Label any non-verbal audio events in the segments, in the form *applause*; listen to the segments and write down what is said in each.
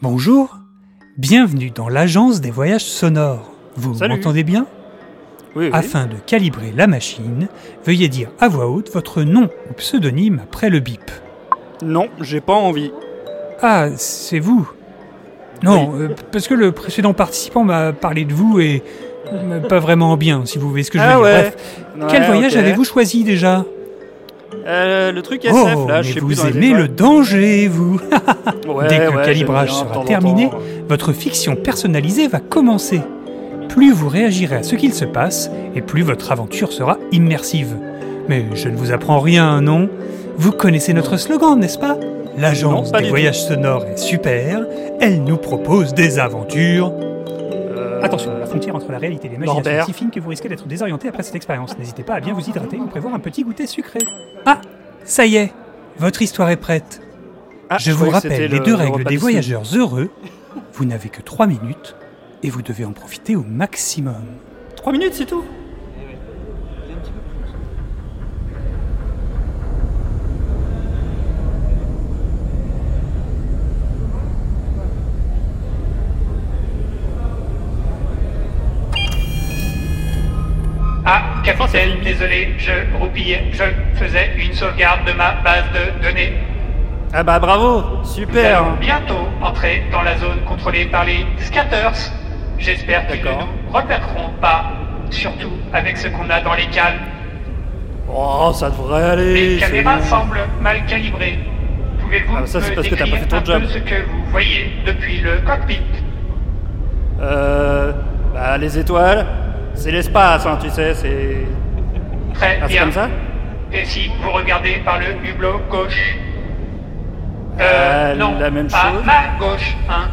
Bonjour, bienvenue dans l'agence des voyages sonores. Vous Salut. m'entendez bien Oui, oui. Afin de calibrer la machine, veuillez dire à voix haute votre nom ou pseudonyme après le bip. Non, j'ai pas envie. Ah, c'est vous Non, euh, parce que le précédent participant m'a parlé de vous et euh, pas vraiment bien, si vous voyez ce que je veux ah dire. ouais. Bref, quel Ouais, voyage ok. avez-vous choisi déjà Euh, Le truc SF, Oh, là, mais je sais vous plus dans les aimez le étoiles. danger, vous Ouais, Dès que le ouais, calibrage j'aime sera bien, de temps en terminé, temps. votre fiction personnalisée va commencer. Plus vous réagirez à ce qu'il se passe, et plus votre aventure sera immersive. Mais je ne vous apprends rien, non Vous connaissez notre slogan, n'est-ce pas L'agence Non, pas des du voyages sonores est super, elle nous propose des aventures. Euh, Attention, la frontière entre la réalité et l'imagination est Norbert. si fine que vous risquez d'être désorienté après cette expérience. N'hésitez pas à bien vous hydrater ou prévoir un petit goûter sucré. Ah, ça y est, votre histoire est prête. ah, Je vous croyais que c'était rappelle les le- deux le règles repas des de voyageurs heureux. Vous n'avez que 3 minutes et vous devez en profiter au maximum. Snoop. Trois minutes, c'est tout Ah, capitaine, désolé, je roupillais, je faisais une sauvegarde de ma base de données. Ah bah bravo, Nous super allons bientôt entrer dans la zone contrôlée par les scatters. J'espère qu'ils ne D'accord. nous repéreront pas, surtout avec ce qu'on a dans les cales. Oh, ça devrait Les aller c'est caméras bon. semblent mal calibrées. Pouvez-vous Ah, mais ça, c'est me parce que t'as pas décrire fait ton un job. peu ce que vous voyez depuis le cockpit Euh... Bah, les étoiles, c'est l'espace, hein, tu sais, c'est... Très Ah, c'est bien. comme ça Et si vous regardez par le hublot gauche Euh, non, la même pas chose. ma gauche, hein.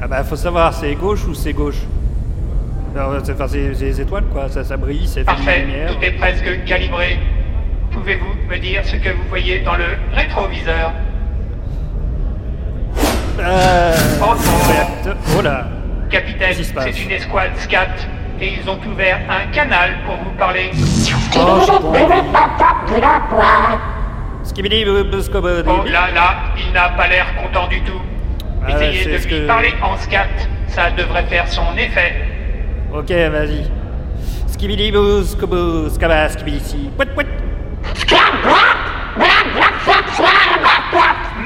Ah bah, faut savoir, c'est gauche ou c'est gauche Alors, c'est enfin, c'est- c'est les étoiles, quoi, ça, ça brille, ça fait Parfait, une lumière... tout est presque calibré. Pouvez-vous me dire ce que vous voyez dans le rétroviseur Euh... Oh, regarde. Oh là Capitaine, Qu'est-ce qui se passe c'est une escouade SCAT et ils ont ouvert un canal pour vous parler. Oh, je Skibidi, euh, Buskobo, Oh Dibi. là là, il n'a pas l'air content du tout. Ah, Essayez c'est de ce lui que- parler en SCAT, ça devrait faire son effet. Ok, vas-y. Skibidi, Buskobo, Skaba, Skibidi, si. Pouet, pouet.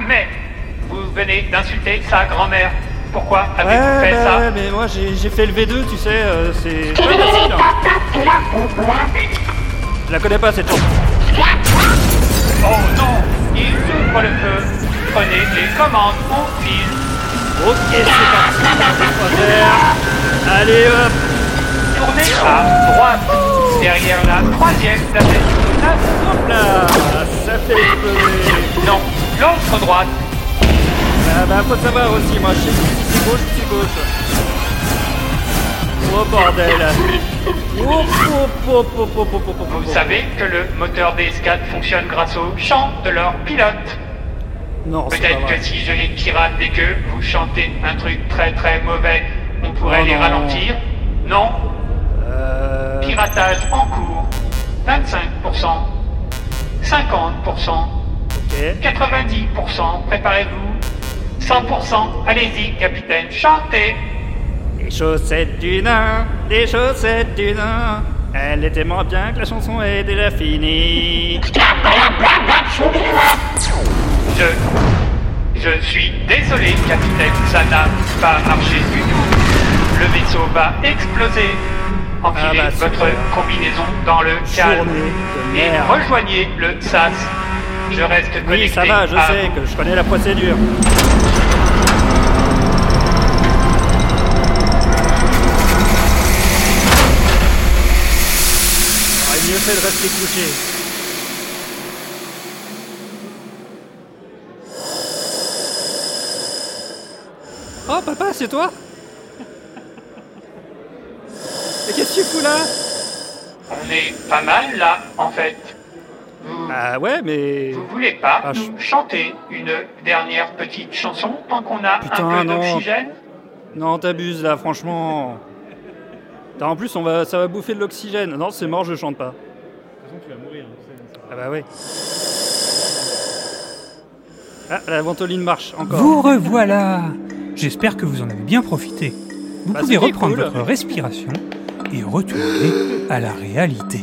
Mais vous venez d'insulter sa grand-mère. Pourquoi Ouais, avez-vous bah, fait ça ouais, mais moi j'ai j'ai fait le V2, tu sais, euh, c'est. pas facile, hein. Je la connais pas cette chanson. Oh non, ils ouvrent le feu. Prenez les commandes, on file. Ok, c'est parti, on va faire. Allez hop Tournez à droite, derrière la troisième tablette. La- Hop là Ça fait exploser Non, l'autre droite. Ah bah faut savoir aussi, moi je sais plus si c'est gauche ou si c'est gauche. Oh *laughs* bordel Oh, oh, oh, oh, oh, oh, oh, oh, oh. Vous savez que le moteur des SCAD fonctionne grâce au chant de leur pilote. Non, c'est pas Peut-être vrai. que si je les pirate et que vous chantez un truc très très mauvais, on pourrait Oh les non. ralentir. Non, Euh... piratage en cours. 25%, 50%, ok. 90%, préparez-vous. 100%, allez-y capitaine, chantez. Les chaussettes du nain, les chaussettes du nain. Elle était moins bien que la chanson est déjà finie. Je. Je suis désolé, capitaine, ça n'a pas marché du tout. Le vaisseau va exploser. Enfilez Ah bah, super. votre combinaison dans le calme de et merde. rejoignez le SAS. Je reste Oui, connecté. Ah, ça va, je à sais vous. que je connais la procédure. J'aurais Ah, mieux fait de rester couché. Oh papa, c'est toi Mais qu'est-ce que tu fous là On est pas mal là, en fait. Vous, Ah ouais, mais... vous voulez pas Ah, je- nous chanter une dernière petite chanson tant qu'on a un Putain, peu non. d'oxygène Non, t'abuses là, franchement. Putain, En plus, on va, ça va bouffer de l'oxygène. Non, c'est mort, je chante pas. De toute façon, tu vas mourir. Ah bah oui. Ah, la ventoline marche encore. Vous revoilà J'espère que vous en avez bien profité. Vous Bah, pouvez c'était reprendre cool. votre respiration et retourner à la réalité.